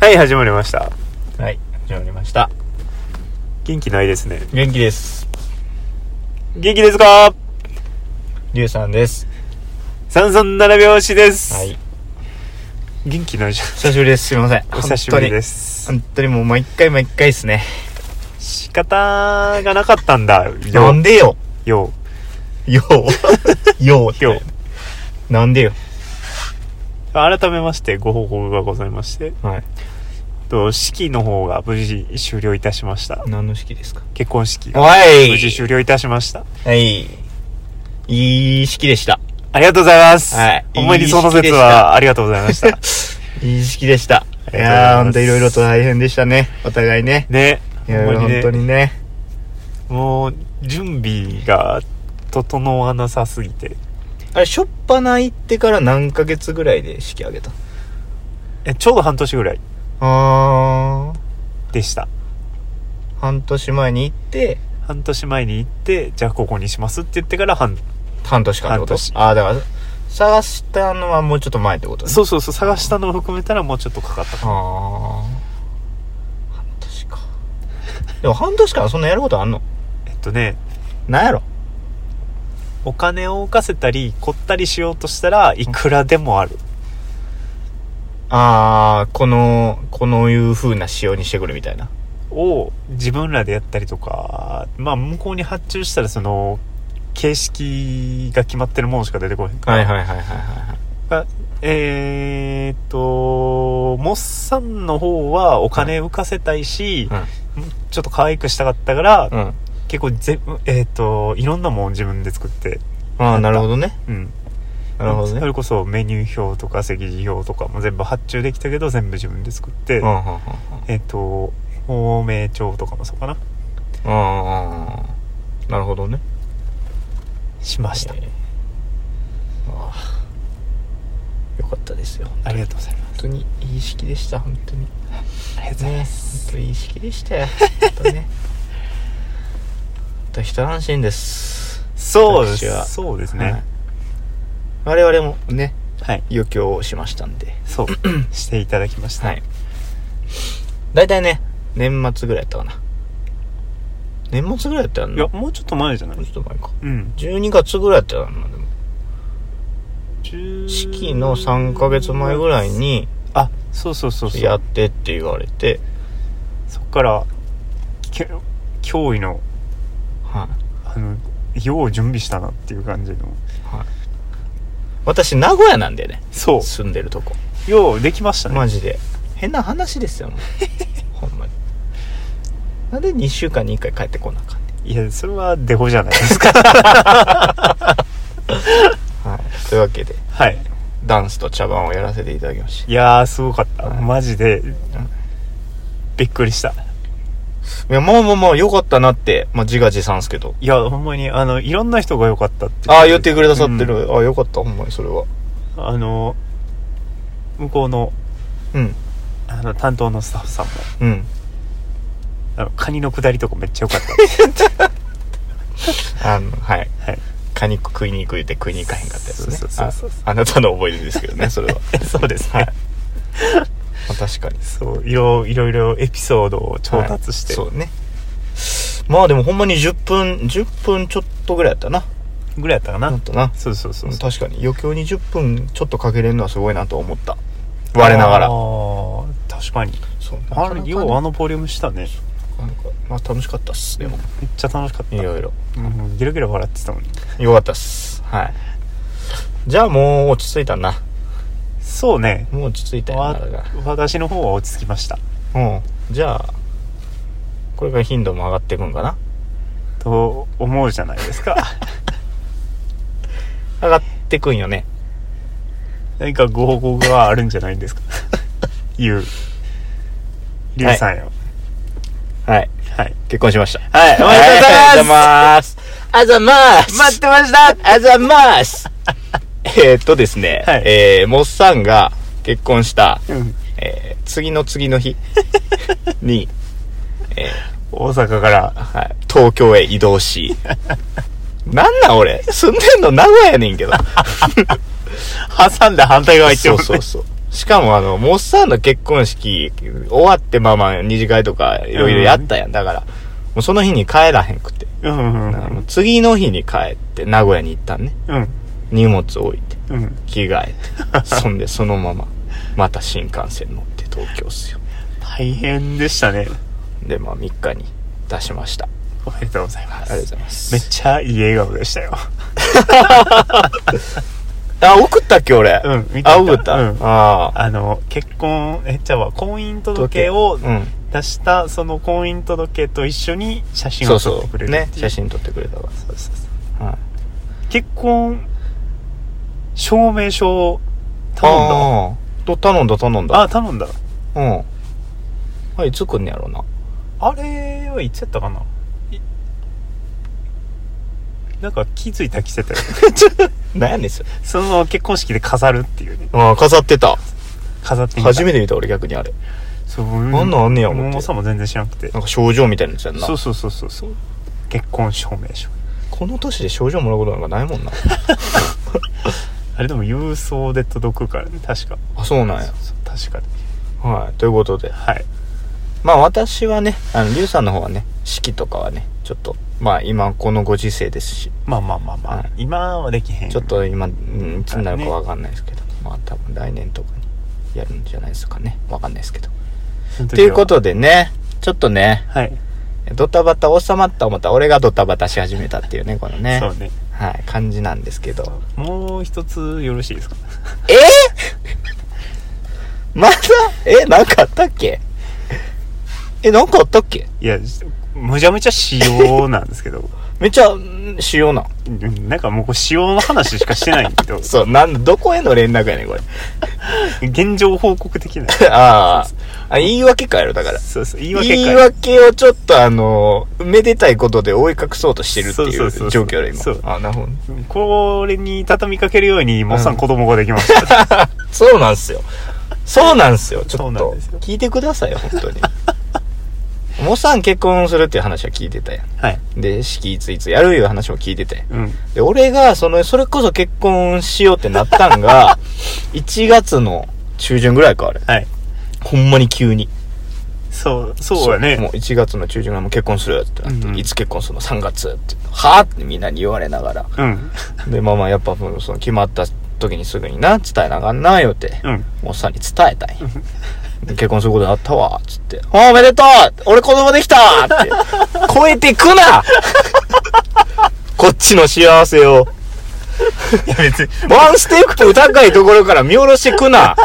はい、始まりました。はい始まりました元気ないですね。元気です元気ですかリュウさんです三三七拍子です。はい元気ないじゃん。久しぶりですすいませんお久しぶりですす。本当にもう毎回毎回ですね仕方がなかったんだ。なよん、でよよ、よ うようよ。なんでよ改めましてご報告がございまして、はいと式の方が無事終了いたしました。何の式ですか結婚式がはい無事終了いたしました。はいいい式でしたありがとうございます。はいほんまにそのいい式で説したはありがとうございま した。いい式でしたいありがやとーうございます本当いろいろと大変でしたねお互いねね。いやほんまに本ね当にねもう準備が整わなさすぎてあれしょっぱな行ってから何ヶ月ぐらいで式挙げたえちょうど半年ぐらいあーでした半年前に行って半年前に行ってじゃあここにしますって言ってから半半年間ってこと半年ああだから探したのはもうちょっと前ってことねそうそうそう探したのを含めたらもうちょっとかかったかああ半年かでも半年間そんなやることあんのえっとねなんやろお金を浮かせたり凝ったりしようとしたらいくらでもあるああこのこのいう風な仕様にしてくるみたいなを自分らでやったりとかまあ向こうに発注したらその形式が決まってるものしか出てこへんから、はいはいはいはいはいえー、っとモッサンの方はお金浮かせたいし、はいちょっと可愛くしたかったから、うんあ結構ぜえっ、といろんなもん自分で作ってあなるほどねうんなるほどねそれこそメニュー表とか席次表とかも全部発注できたけど全部自分で作って、うんうんうんうんえっ、と芳名帳とかもそうかなうんうんうんなるほどねしました、えーああよかったですよありがとうございま本当にいい式でした本当にすありがとうございまねす、本当いい式でしたよ。本当ね。本当一安心です。そうで私はすそうですはいね我々もね、はい、余興をしましたんで。 そうしていただきました、はい。大体ね、年末ぐらいやったかな。年末ぐらいやったよいな。やももうちょっと前じゃないうちょっと前か。うん12月ぐらいやったよな、でも。式の3ヶ月前ぐらいにあそうそうそうそうやってって言われて、そっからけ驚異のはい。あのよう準備したなっていう感じのはい。私、名古屋なんだよね。そ住んでるとこ。うようできましたね、マジで変な話ですよも うほんまになんで2週間に1回帰ってこなあかんねいやそれはデホじゃないです かんはい、というわけではいダンスと茶番をやらせていただきましいやーすごかった、はいマジでびっくりしたたいやまあまあまあ良かったなって、まあ、自画自賛ですけどいやほんまにあのいろんな人が良かったってああ言ってくださってうんる、ああ良かったほんまにそれはあの向こうのうんあの担当のスタッフさんもうんあのカニのくだりとかめっちゃ良かったあのはい、はいカニ食いに行く言って食いに行かへんかったやつねそうそうそうそうああなたの思い出ですけどね それはそうですはねい、まあ確かにそういろいろいろエピソードを調達して、はいそうねまあでもほんまに10分10分ちょっとぐらいやったなぐらいやったかな、なんとなそうそうそうそう確かに余興に10分ちょっとかけれるのはすごいなと思った我ながあらー確かにそうなかあなかのねようあのボリュームしたねなんかまあ楽しかったっすでもめっちゃ楽しかったいろいろうん、ゲラゲラ笑ってたのによかったっすはいじゃあもう落ち着いたなそうねもう落ち着いたよわなだか私の方は落ち着きましたらうんじゃあこれから頻度も上がっていくんかなと思うじゃないです か上がってくんよね何かご報告があるんじゃないんですかいうリュウさんよはいはい結婚しましたはい、おありがとうございすますあざます待ってましたあざます えーっとですね、はいえー、モッサンが結婚した、うんえー次の次 の日に、え大阪からーはい、東京へ移動し、なんなん俺、住んでんの名古屋やねんけど。挟んで反対側行ってそもうねそうそう。しかもあの、モッサンの結婚式終わってまあまあ二次会とかいろいろやったやん。だから、もうその日に帰らへんくて。うんうんうだからもうん次の日に帰って名古屋に行ったんね。うん荷物置いて、うん着替え て。そんでそのまま、また新幹線乗って東京っすよ。大変でしたねで、まあ3日に出しました。おめでとうございまありすがとうございます。めっちゃいい笑顔でしたよあ、送ったっけ俺。うん見てたあ、送った。うんああ。あの結婚えじゃあ婚姻届をうん。出したその婚姻届と一緒に写真そをう撮っそてくれう。るっていね。写そう真撮ってくれたわ。そうそうはい。結婚証明書を頼んだわ頼んだと頼んだ頼んだあ頼んだうんあいつ来んねやろなあれはいつやったかないなんか気づいたら着せた よ何やねんそれその結婚式で飾るっていうねああ飾ってた飾ってみた初めて見た俺逆にあれそうあんなんあんねや思って重さも全然知らなくてなんか症状みたいなやつやんなそうそうそうそうそう結婚証明書この年で症状もらうことなんかないも んなあれでも郵送で届くからね確かあそうなんやそうそう確かにはいということではいまあ私はねあのリュウさんの方はね式とかはねちょっとまあ今このご時世ですしまあまあまあまあ、はい今はできへんちょっと今、うん、いつになるかわかんないですけど、まあ多分来年とかにやるんじゃないですかねわかんないですけどその時とはいうことでねちょっとねはい、ドタバタ収まった思ったら俺がドタバタし始めたっていうね、このね。そうねはい、感じなんですけど。もう一つよろしいですかえ ーまだえ、なんかあったっけえ、なんかあったっけいやむちゃむちゃ仕様なんですけど めっちゃ、ん主要な。うんなんかもうこう仕様の話しかしてないんだけどそう、なん、どこへの連絡やねん、これ。現状報告的な ああ、あ、言い訳かやろ、だから。そうそう言い言い訳訳かをちょっとあの、めでたいことで追い隠そうとしてるっていそううそうそう状況で今。そうあ、なるほどね。これに畳みかけるようにもっさん子供ができました、そうなんすよ。そうなんすよ。ちそょうっなんとですよ。聞いてくださいよ、本 当に。モさん結婚するっていう 話は聞いてたやはいん。で、式いついつやるいう話も聞いてたやん。うんで、俺が、その、それこそ結婚しようってなったんが、1月の中旬ぐらいか、あれ。はいほんまに急に。そうそうやもねう1月の中旬がもう結婚するってなって、うんうんいつ結婚するの ?3 月って。はぁってみんなに言われながら。うんで、まあまあ、やっぱ、その、決まった時にすぐにな、伝えなあかんな、よって。うんおっさんに伝えたい。結婚することになったわ、つって。 おめでとう俺子供できた って。超えてくなこっちの幸せを。いや別にワンステップ高いところから見下ろしてく な。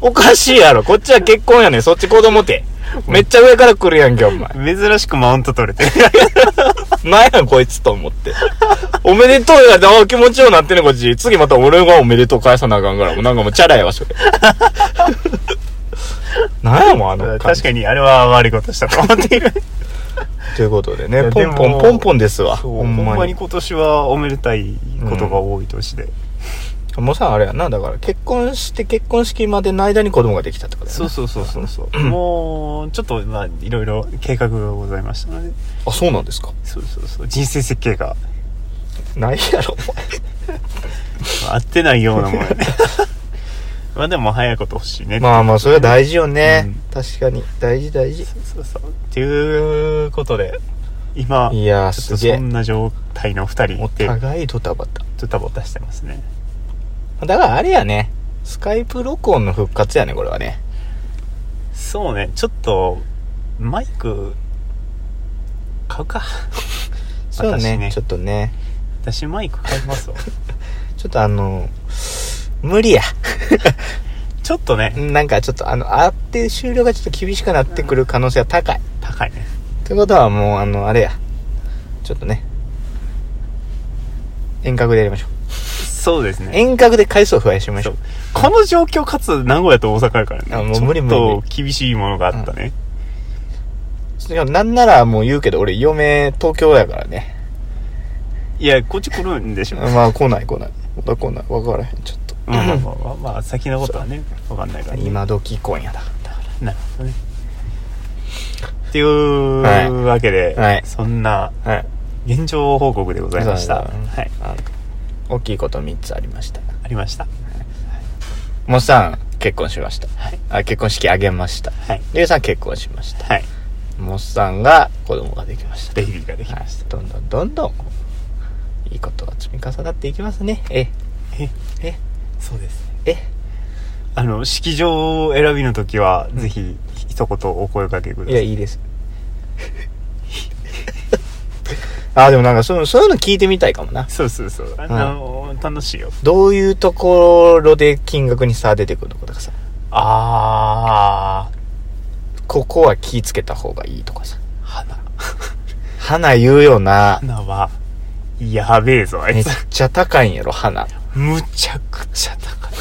おかしいやろ。こっちは結婚やねん。そっち子供て。めっちゃ上から来るやんけ、お前。珍しくマウント取れてなんやん、こいつと思って。おめでとう言われて、あ気持ちようなってんねこっち。次また俺がおめでとう返さなあかんから、もうなんかもうチャラやわ、そ れ。なんやもん、あの感じ確かにあれは悪いことしたと思っているということでいやね、ポでンもポン、ポンポンですわ。そうほほんんままにに。今年はおめでたいことが多い年で、もうさ、あれやな、だから結婚して結婚式までの間に子供ができたってことやそうな。そうそうそうそうもうちょっとまあいろいろ計画がございましたのであ、そうなんですかそうそうそう人生設計がないやろ、お前合ってないようなもんやね まあでも早いこと欲しいね まあまあ、それは大事よねうん。確かに。大事、大事。そうそうっていうことで今いやー、ちょっすとげそえん。な状態の2人おって互いドタバタ。ドタバタしてますねだからあれやね。スカイプ録音の復活やね、これはね。そうねちょっとマイク買うかそう私ねね、ちょっとね。私マイク買いますわちょっとあの、無理や。 ちょっとねなんかちょっとあの、あって終了がちょっと厳しくなってくる可能性は高い。高いねってことはもうあのあれやちょっとね遠隔でやりましょうそうですね遠隔で回数を増やしましょうこの状況かつ名古屋と大阪やからねあもう無理無理ちょっと厳しいものがあったね、しかもなんならもう言うけど俺嫁東京やからねいやこっち来るんでしょ、まあ来ない来ないまだ来ない分からへんちょっとま あまあまあまあ、まあ、先のことはねわかんないから、ね、今時今夜だなるほどねっていう、はいわけで、はいそんなはい現状報告でございましたそうだねはいあの大きいこと3つありましたありましたもうさん結婚しました。はいあ結婚式あげました。はいリュウさん結婚しました。はいモスさんが子供ができました。ベイビーができました、どんどんどんどん、いいことが積み重なっていきますね。え、ええ、そうですえ、あの式場を選びの時は、ぜひ一言お声掛けくださいいや、いいです。 あ、でもなんかそういうの、そういうの聞いてみたいかもな。そうそうそうあの、楽しいよどういうところで金額に差出てくるのかとかさ。あここは気ぃつけた方がいいとかさ。あ花花言うよな。花はやべえぞあめいっつちゃ高いんやろ、花。むちゃくちゃ高い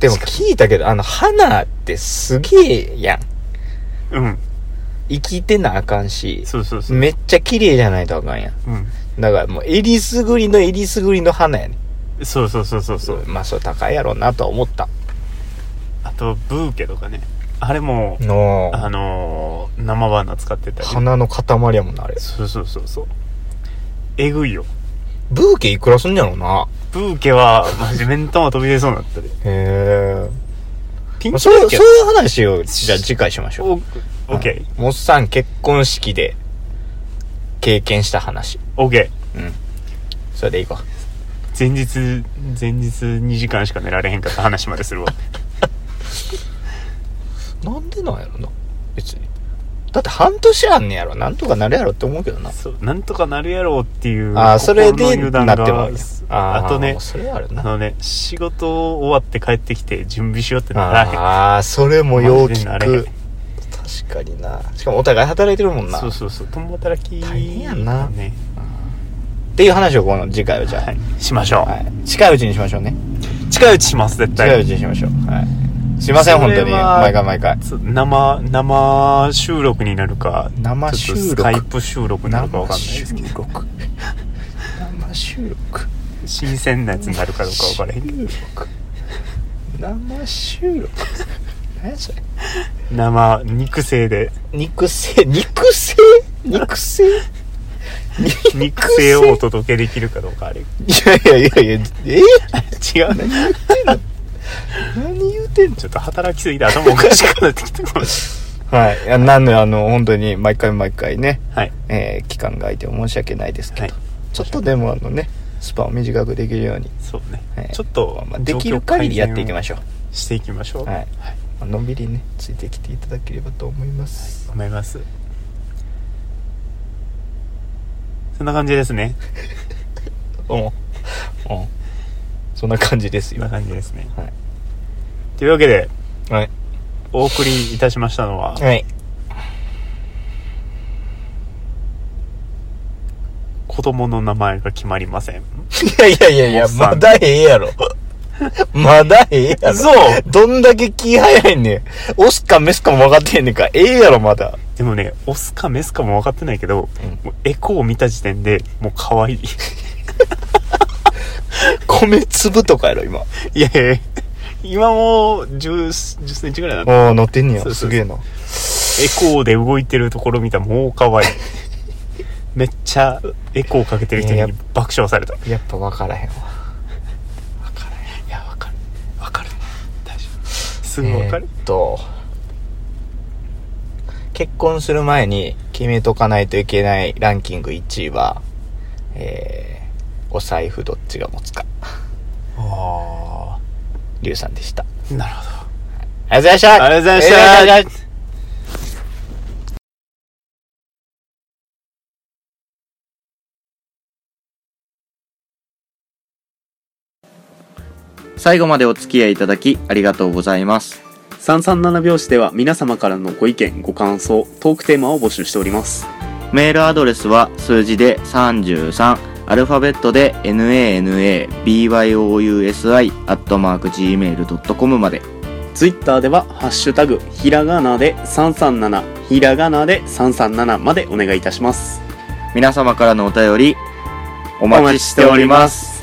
でも聞いたけど、あの、花ってすげえやん。うん生きてなあかんし、そうそうそう、めっちゃ綺麗じゃないとあかんやん。うん、だからもう、えりすぐりのえりすぐりの花やねん。そうそうそうそうそうまあ、それ高いやろうなとは思った。あとブーケとかねあれも、のあのー生花使ってたり花の塊やもんな、あれ。そうそうそうそうえぐいよブーケいくらすんやろな。ブーケはマジ目ん玉飛び出そうになったりへピえ。ンまクあ、そういう、だけそういう話を、じゃあ次回しましょう。おオッケうん。モッサン結婚式で、経験した話。ーオッケうん。それでいこう。ー前日前日2時間しか寝られへんかった話までするわなんでなんやろな別にだって半年あんねやろなんとかなるやろって思うけどなそうなんとかなるやろうっていうああそれ心での油断がなってもあとねそれある あなのね仕事終わって帰ってきて準備しようってならへんああそれもよう聞マジでなれへんく確かになしかもお互い働いてるもんなそうっそうそう共働き大変やんなねていう話をこの次回はじゃはいしましょあ、う、はい、近いうちにしましょうね近いうちします絶対近いうちにしましょう、はい、すいませんそ本れ当はに毎回毎回そう生生収録になるか生収ち録ょっとスカイプ収録になるかわかんないですけど生収録生収録新鮮なやつになるかどうかわからへんけど生収録生収録何やそれ生肉声で肉声肉声肉声肉声をお届けできるかどうかあれいやいやいやいやえ違うね何言うてんのちょっと働きすぎて頭おかしくなってきたかもしはいいやなんであの本当に毎回毎回ね、れ ないえー期間が空いて申し訳ないですけど、はいちょっとでもあのねスパンを短くできるように、そうね、はいちょっとまあ、できる限りやっていきましょううしていきましょうはい、まあのんびりねついてきていただければと思います、思いますそんな感じですねうんうんそんな感じですそんよな感じですねはいというわけではい、お送りいたしましたのははい、子供の名前が決まりませんいやいやいやいおや、っさんまだええ やろ。まだええやろ。そうどんだけ気早いねん。オスかメスかも分かってへんねんから、ええやろ、まだ。でもねオスかメスかも分かってないけど、うんもうエコーを見た時点でもう可愛い米粒とかやろ、今。いやいやいや今もう1 0センチぐらいなのエああ、乗ってんねそや。うそすうそうげえな。コーで動いてるところ見たらもう可愛い めっちゃエコーかけてる人にいやいや爆笑されたやっぱ分からへんわ。分からへん。いやわかるわかる大丈夫すすぐわかる、えーっと、結婚する前に決めとかないといけないランキング1位は、えー、お財布どっちが持つか、ありゅうさんでした。あなるほどありがとうございましたありがとうございましたありがとうございました最後までお付き合いいただきありがとうございます337拍子では皆様からのご意見ご感想トークテーマを募集しておりますメールアドレスは数字で33アルファベットで nanabyousi.gmail.com まで Twitter では「ハッシュタグひらがな」で337ひらがなで337までお願いいたします皆様からのお便りお待ちしております